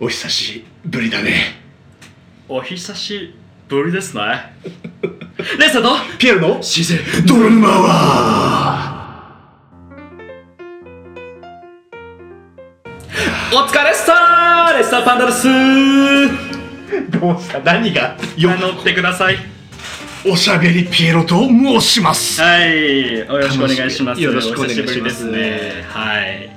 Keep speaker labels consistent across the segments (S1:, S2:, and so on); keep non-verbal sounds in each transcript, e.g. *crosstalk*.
S1: お久しぶりだね
S2: お久しぶりですね *laughs* レッサーと
S1: ピエロの
S2: 自然
S1: ドルマは
S2: お疲れっしたレッサーパンダです
S1: どうした何がよ
S2: 名乗ってください
S1: おしゃべりピエロと申します、
S2: はいよろしくお願いします
S1: よろしくお願いします
S2: お久ぶりですねはい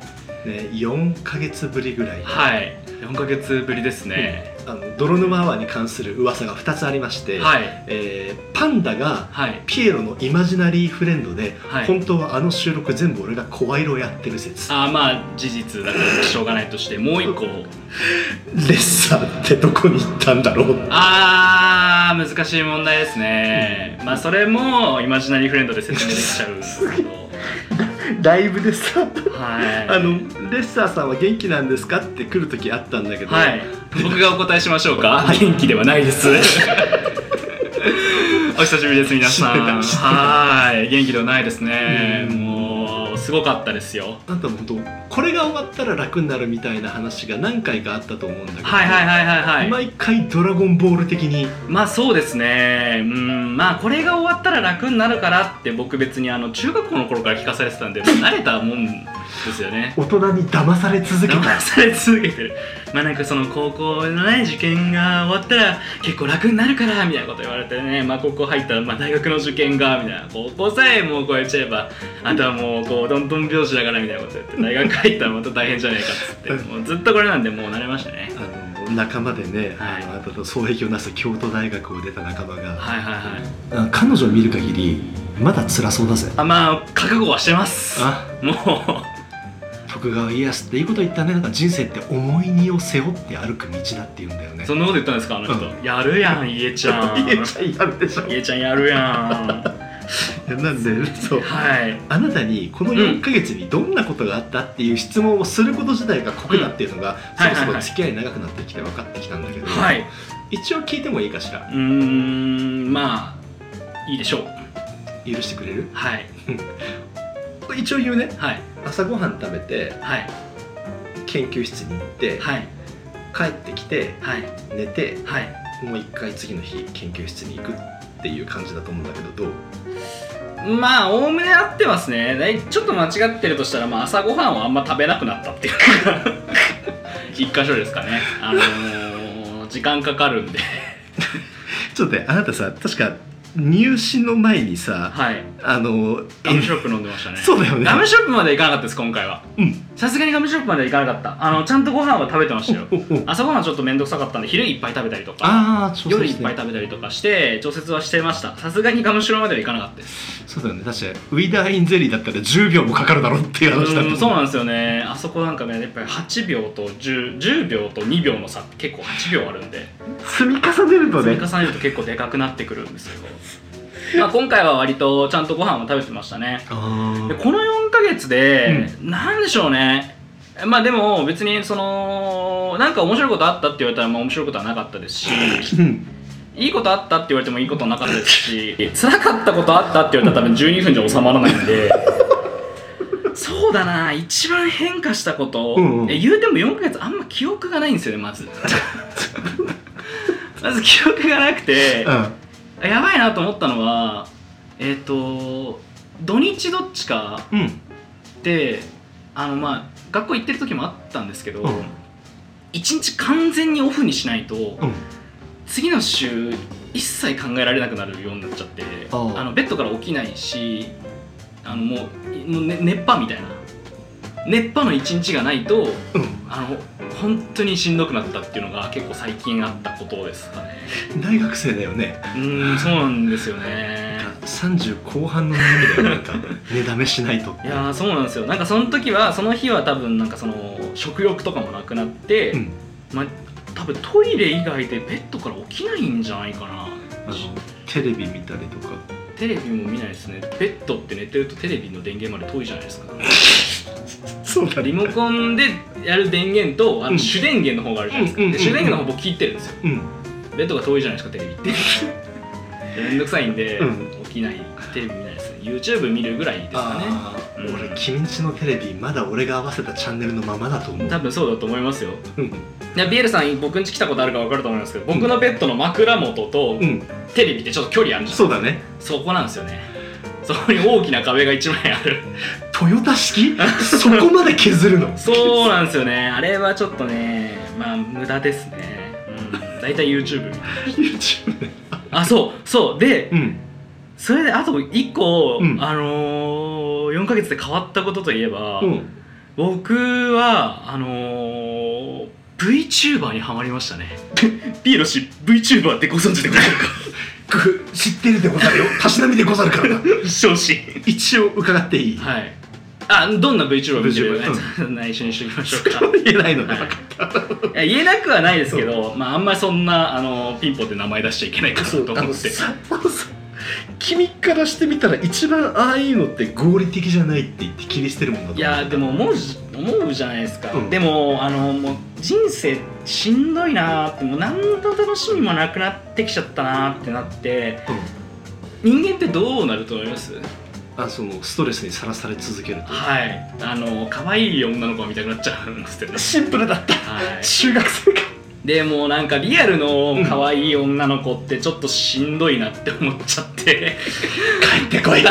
S1: ね、4か月ぶりぐらい、
S2: はい4ヶ月ぶりですね、
S1: あの泥沼アワーに関する噂が2つありまして、
S2: はい
S1: えーパンダが
S2: はい
S1: ピエロのイマジナリーフレンドで、
S2: はい
S1: 本当はあの収録全部俺が声色やってる説レ
S2: あーまあ事実だからしょうがないとしてもう一個
S1: ッサーってどこに行ったんだろう
S2: あー難しい問題ですね、まあそれもイマジナリーフレンドで説明できちゃうんですけど
S1: ライブで *laughs* さ
S2: はい
S1: あのレッサーさんは元気なんですかって来る時あったんだけど、
S2: はい、僕がお答えしましょうか。元気ではないです。 *laughs* お久しぶりです皆
S1: 知っ
S2: さ
S1: て
S2: *laughs* ん。
S1: た知ってた
S2: はい、元気ではないですね。
S1: うん
S2: もうすごかったですよ。
S1: なんか本当これが終わったら楽になるみたいな話が何回かあったと思うんだけど、
S2: はいはいはいはいはい。
S1: 毎回「ドラゴンボール」的に
S2: まあそうですね。うん、まあこれが終わったら楽になるからって僕別にあの中学校の頃から聞かされてたんで、もう慣れたもんですよね。
S1: 大人に騙され続けた
S2: 騙され続けてるまあなんかその高校のね受験が終わったら結構楽になるからみたいなこと言われてねまあ高校入ったらまあ大学の受験がみたいな高校さえもう超えちゃえばあとはもうこうどんどん拍子だからみたいなこと言って大学入ったらまた大変じゃないかっつってもうずっとこれなんでもう慣れましたね
S1: あの仲間でね、
S2: はい
S1: あのあと双璧をなす京都大学を出た仲間が、
S2: はいはいはい
S1: あ彼女を見る限りまだ辛そうだぜ
S2: あまあ覚悟はしてます
S1: あ
S2: もう
S1: 徳川家康っていいこと言ったねなんか人生って思い荷を背負って歩く道だって言うんだよね
S2: そんなこと言ったんですかあの人、
S1: う
S2: やるやん *laughs* 家ちゃん
S1: 言えちゃいやるでしょ
S2: 家ちゃんやるやん
S1: なんでそう
S2: はい
S1: あなたにこの4ヶ月にどんなことがあったっていう質問をすること自体が酷だっていうのが、そ
S2: はいはいはい
S1: ろそろ付き合い長くなってきて分かってきたんだけど、
S2: はい
S1: 一応聞いてもいいかしら
S2: うーんまあいいでしょう
S1: 許してくれる
S2: はい
S1: 一応言うね
S2: はい
S1: 朝ごはん食べて
S2: はい
S1: 研究室に行って、
S2: はい
S1: 帰ってきて
S2: はい
S1: 寝て
S2: はい
S1: もう一回次の日研究室に行くっていう感じだと思うんだけどどう
S2: まあおおむね合ってますねだいちょっと間違ってるとしたら、まあ、朝ごはんをあんま食べなくなったっていうか *laughs* 一箇所ですかねあのー、時間かかるんで
S1: ちょっとねあなたさ確か入試の前にさ
S2: はい
S1: あの
S2: ガムショップ飲んでましたね
S1: *laughs* そうだよね
S2: ガムショップまで行かなかったです今回は
S1: うん
S2: さすがにガムショップまでは行かなかったあのちゃんとご飯は食べてま
S1: *laughs*
S2: したよ朝ごはんはちょっと面倒くさかったんで昼いっぱい食べたりとか
S1: ああちょ
S2: 夜いっぱい食べたりとかして調節はしてましたさすがにガムシロまではいかなかったです
S1: そうだよね確かウィダーインゼリーだったら10秒もかかるだろうっていう話だった
S2: うんそう
S1: の
S2: なんですよねあそこなんかねやっぱり8秒と 10, 10秒と2秒の差って結構8秒あるんで
S1: 積み重ねると
S2: 積み重ねると結構でかくなってくるんですよまあ今回は割とちゃんとご飯を食べてましたね
S1: あ
S2: でこの4ヶ月で、なんでしょうねまあでも別にそのなんか面白いことあったって言われたらまあ面白いことはなかったですし
S1: うん
S2: いいことあったって言われてもいいことなかったですし辛かったことあったって言われたら多分12分じゃ収まらないん
S1: *laughs*
S2: でそうだな一番変化したこと、
S1: うんうん
S2: え言うても4ヶ月あんま記憶がないんですよね
S1: *laughs*
S2: まずまず記憶がなくてやばいなと思ったのはえっ、と土日どっちか
S1: うん
S2: であのまあ学校行ってる時もあったんですけど、
S1: うん
S2: 一1日完全にオフにしないと、
S1: うん
S2: 次の週一切考えられなくなるようになっちゃってあ
S1: ああ
S2: のベッドから起きないしあのもういもう、ね、熱波みたいな熱波の一日がないと
S1: うん
S2: あの本当にしんどくなったっていうのが結構最近あったことです
S1: *laughs*
S2: かね
S1: 大学生だよね
S2: うーんそうなんですよね
S1: 30後半の悩みだよなんか寝だめしないと
S2: いやーそうなんですよなんかその時はその日は多分なんかその食欲とかもなくなって、
S1: うん
S2: まあ多分トイレ以外でベッドから起きないんじゃないかな
S1: あのテレビ見たりとか
S2: テレビも見ないですねベッドって寝てるとテレビの電源まで遠いじゃないですか
S1: そうだ
S2: リモコンでやる電源とあ
S1: う
S2: の
S1: ん
S2: 主電源の方があるじゃないですか、
S1: うんうんうん
S2: で主電源の方僕切ってるんですよ
S1: うん
S2: ベッドが遠いじゃないですかテレビってでめんどくさいんで、
S1: うん
S2: 起きないテレビ見ないですね YouTube 見るぐらいですかね
S1: あ
S2: うん
S1: 俺君んちのテレビまだ俺が合わせたチャンネルのままだと思う
S2: 多分そうだと思いますよ
S1: うん
S2: いやビエルさん僕ん家来たことあるから分かると思いますけど僕のベッドの枕元と
S1: うん
S2: テレビってちょっと距離あるじゃん
S1: そうだね
S2: そこなんですよねそこに大きな壁が一枚ある
S1: 豊田式 *laughs* そこまで削
S2: *laughs*
S1: るの
S2: そうなんですよねあれはちょっとねまあ無駄ですねうん大体 YouTube
S1: YouTube ね
S2: あそうそうで
S1: うん
S2: それであと1個、
S1: うん
S2: あのー、4ヶ月で変わったことといえば、
S1: うん
S2: 僕はあのー、VTuber にはまりましたね *laughs* ピエロ氏 VTuber ってご存知でござるか
S1: く知ってるでござ
S2: *laughs*
S1: るよたしなみでござるからな
S2: 少子
S1: 一応伺っていい
S2: はいあどんな VTuber 見てる
S1: VTuber
S2: 内緒にしておきましょ
S1: そう
S2: か
S1: れ
S2: *laughs*
S1: は言えないのね、
S2: はいいや言えなくはないですけど、まあ、あんまりそんなあのピンポンって名前出しちゃいけないかなと思って
S1: あのさあのさ君からしてみたら一番ああいうのって合理的じゃないって言って気にしてるもんだと思う
S2: いやでも思うじ思うじゃないですか、
S1: うん
S2: でもあのもう人生しんどいなーってもう何の楽しみもなくなってきちゃったなーってなって
S1: うん
S2: 人間ってどうなると思います
S1: あそのストレスにさらされ続けると
S2: はいあの可愛い女の子が見たくなっちゃうん *laughs* ですよね
S1: シンプルだった
S2: はい
S1: 中学生か
S2: でもなんかリアルの可愛い女の子ってちょっとしんどいなって思っちゃって
S1: 帰ってこい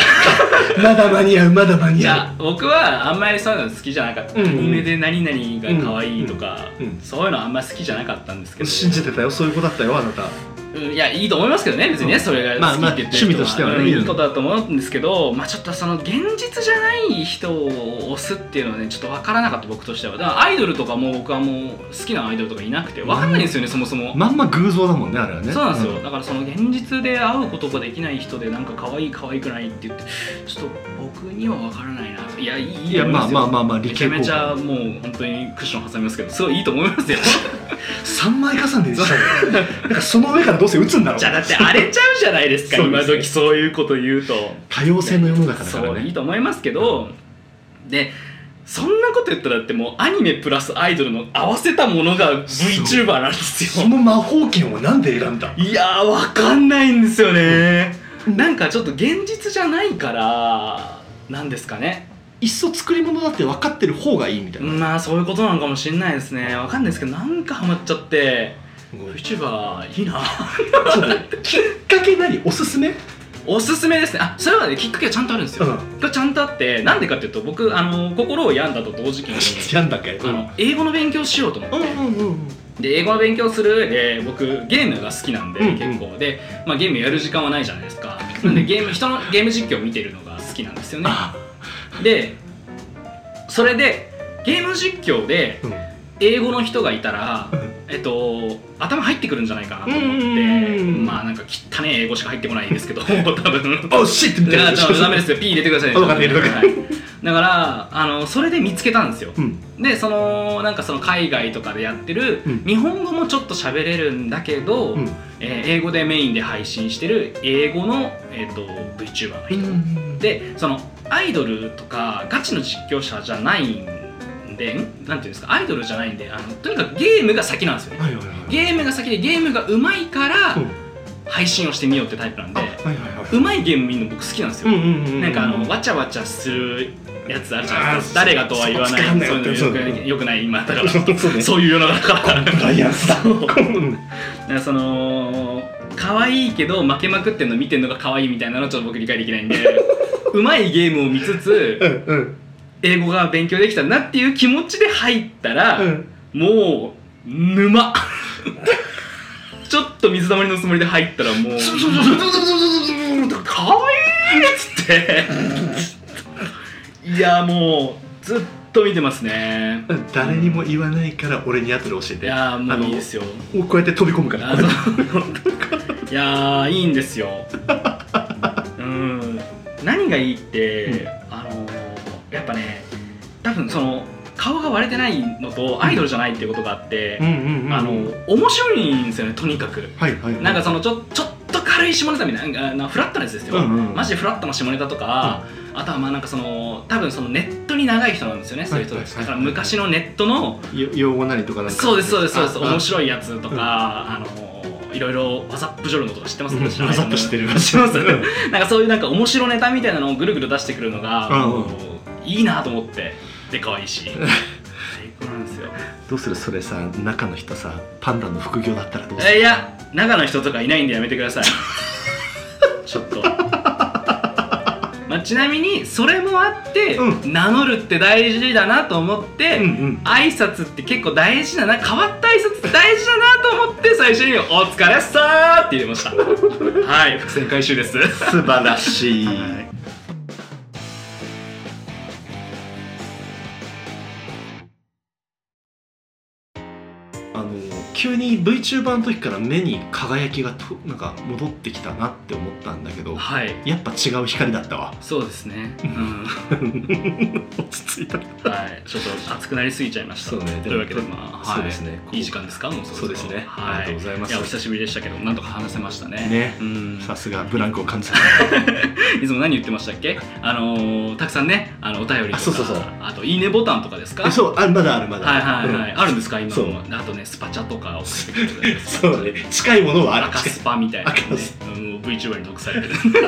S1: まだ間に合うまだ間
S2: い
S1: に合
S2: や僕はあんまりそういうの好きじゃなかった、
S1: うんうん
S2: アニメで何々が可愛いとか、
S1: うんうん
S2: そういうのあんまり好きじゃなかったんですけ
S1: う
S2: ど
S1: 信じてたよそういう子だったよあなた
S2: うんいやいいと思いますけどね別にね、
S1: うん
S2: それが
S1: まあ
S2: 好きって言ってる人
S1: まあ趣味としてはね
S2: うん
S1: いい
S2: い
S1: よね
S2: いことだと思うんですけど、まあ、ちょっとその現実じゃない人を推すっていうのはねちょっと分からなかった僕としてはだからアイドルとかも僕はもう好きなアイドルとかいなくて分かんないんですよね、そもそも。
S1: まんま偶像だもんねあれはね
S2: そうなんですよ、だからその現実で会うことができない人でなんか可愛い可愛くないって言ってちょっと僕には分からないないやいい
S1: いやまあまあまあまあ
S2: め
S1: 理
S2: ちゃ
S1: 系
S2: めちゃもう本当にクッション挟みますけどすごいいいと思いますよ *laughs*
S1: 3枚重ねでしたよなんかその上からどうせ打つんだろう
S2: じゃあだって荒れちゃうじゃないですか
S1: そうで
S2: 今
S1: すね
S2: 時そういうこと言うと
S1: 多様性の世の中だか
S2: そ
S1: ら
S2: ういい
S1: ね
S2: と思いますけどでそんなこと言ったらだってもうアニメプラスアイドルの合わせたものが VTuber なんです
S1: そ
S2: よ
S1: の魔法剣をなんで選んだ
S2: いやーわかんないんですよねなんかちょっと現実じゃないからなんですかね
S1: いっそ作り物だって分かってる方がいいみたいな、
S2: まあそういうことなのかもしれないですねわかんないですけどなんかハマっちゃって
S1: すごい
S2: VTuber いいな
S1: ちょっときっかけ何おすすめ、
S2: おすすめですねあそれはねきっかけはちゃんとあるんですよ、これちゃんとあってなんでかっていうと僕あの心を病んだと同
S1: *laughs*
S2: 時期に
S1: やんだっけ
S2: あの英語の勉強しようと思って、
S1: うんうんうんうん
S2: で英語の勉強する上で僕ゲームが好きなんで、
S1: うんうん
S2: 結構で、まあ、ゲームやる時間はないじゃないですかなんでゲーム人のゲーム実況を見てるのが好きなんですよね
S1: あ
S2: でそれでゲーム実況で
S1: うん
S2: 英語の人がいたら
S1: うん、
S2: えっと、頭入ってくるんじゃないかなと思って、
S1: うんうんうんうん
S2: まあなんか汚ね英語しか入ってこない
S1: *laughs*
S2: んですけど多分
S1: おシッてみ
S2: い
S1: た
S2: や
S1: いな
S2: ちょっとダメですよピー入れてくださいね
S1: わかってるわかって
S2: はいだからあのそれで見つけたんですよ
S1: うん
S2: でそのなんかその海外とかでやってる、
S1: うん
S2: 日本語もちょっと喋れるんだけど、
S1: うん
S2: えー英語でメインで配信してる英語の、えー、と VTuber の人、
S1: うん
S2: でそのアイドルとかガチの実況者じゃないんでんなんていうんですかアイドルじゃないんであのとにかくゲームが先なんですよね
S1: はいはいはいはい
S2: ゲームが先でゲームがうまいから
S1: うん
S2: 配信をしてみようってタイプなん
S1: あ
S2: で
S1: はいはいはいう
S2: まいゲーム見るの僕好きなんですよ、
S1: うんうんう
S2: なんかあのわちゃわちゃするやつあるじゃないですか
S1: あー
S2: 誰がとは言わない
S1: そ
S2: そう
S1: そうう
S2: いう
S1: そう
S2: のよくよくない今だか
S1: *laughs* そう
S2: ら
S1: ね
S2: そういう世
S1: *laughs*
S2: の中だから
S1: ブライアンスだ
S2: そうだか
S1: うん
S2: らその可愛いけど負けまくってんの見てんのが可愛いみたいなのちょっと僕理解で
S1: *laughs*
S2: きないんでうまいゲームを見つつ
S1: うんうん
S2: 英語が勉強できたなっていう気持ちで入ったら、
S1: うん
S2: もう沼 *laughs* ちょっと水たまりのつもりで入ったら
S1: *laughs*
S2: もうかわいいっつっていやもうずっと見てますね
S1: 誰にも言わないから俺に後で教え
S2: い
S1: て
S2: やも
S1: あ
S2: う
S1: の
S2: いいですよ
S1: もうこうやって飛び込むから
S2: あそういやーいいんですようん何がいいって、
S1: うん
S2: あのーやっぱね多分その顔が割れてないのとアイドルじゃないっていうことがあって、
S1: んうん
S2: あの面白いんですよねとにかく
S1: はいはいはい
S2: なんかそのちょちょっと軽い下ネタみたいななんかなフラットなやつですよ、
S1: うんうん
S2: マジでフラットな下ネタとか、あとはまあなんかその多分そのネットに長い人なんですよねそういう人たち
S1: は
S2: だ
S1: い
S2: か
S1: はいは
S2: ら
S1: いはい
S2: 昔のネットの
S1: よ用語なりとかなんか
S2: そうですそうですそうです
S1: ああ
S2: 面白いやつとか、あのいろいろわざっぷジョルノとか知ってます
S1: うんわざっ
S2: *laughs*
S1: ぷ知ってる
S2: 知ってます
S1: うん
S2: なんかそういうなんか面白ネタみたいなのをぐるぐる出してくるのが、
S1: うんうん
S2: もういいなと思ってで可愛
S1: *laughs*
S2: いし最高なんですよ
S1: どうするそれさ中の人さパンダの副業だったらどうする
S2: えいや中の人とかいないんでやめてく
S1: *laughs*
S2: ださいちょっと、まあ、ちなみにそれもあって、
S1: う
S2: 名乗るって大事だなと思って、
S1: うんうん
S2: 挨拶って結構大事だな変わった挨拶って大事だなと思って最初に「お疲れっさー」って入れました
S1: *laughs*
S2: はい伏線回収です
S1: 素晴らしい、あの急に VTuber の時から目に輝きがとなんか戻ってきたなって思ったんだけど
S2: はい
S1: やっぱ違う光だったわ
S2: そうですねうん
S1: 落ち着いた
S2: はいちょっと熱くなりすぎちゃいました
S1: そうねでも
S2: というわけでまあ、はい、
S1: そうですね
S2: いい時間ですかもうそろそ
S1: そう
S2: ろ
S1: ですね
S2: はい
S1: ありがとうございます
S2: いやお久しぶりでしたけどなんとか話せましたね
S1: ね
S2: うん
S1: さすがブランクを感じた
S2: いつも何言ってましたっけあのーたくさんねあのお便りとか
S1: あそうそうそう
S2: あといいねボタンとかですか
S1: え *laughs* そうあまだあるまだ
S2: はい
S1: あ
S2: はい
S1: る
S2: はい、あるんですか今
S1: そう
S2: もあとねスパチャと
S1: *laughs*
S2: か送ってくれ
S1: うん
S2: てるんです
S1: そうね近いものはある
S2: 赤スパみたいな、ね、
S1: 赤ス
S2: うんもう VTuber に毒されてる *laughs*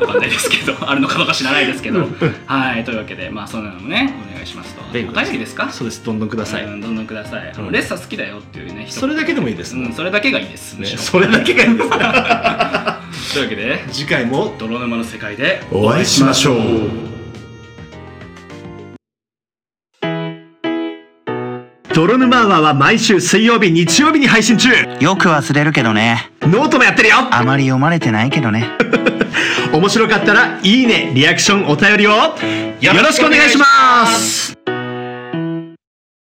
S2: わかんないですけどあるのかどうか知らないですけどはいというわけでまあそんなのもねお願いしますとお
S1: ぜ
S2: 便
S1: ひください
S2: りですか
S1: そうですどんどんください、
S2: うん、どんどんください、あの
S1: うん
S2: レッサー好きだよっていうね人
S1: それだけでもいいです、
S2: うん、それだけがいいです、
S1: ね
S2: むし
S1: *laughs*
S2: ろ
S1: それだけがいいですね
S2: というわけで
S1: *laughs* 次回も
S2: 泥沼の世界で
S1: お会いしましょう泥沼アワーは毎週水曜日日曜日に配信中
S3: よく忘れるけどね
S1: ノートもやってるよ
S3: あまり読まれてないけど
S1: *laughs*
S3: ね
S1: 面白かったらいいねリアクションお便りをよろしくお願いします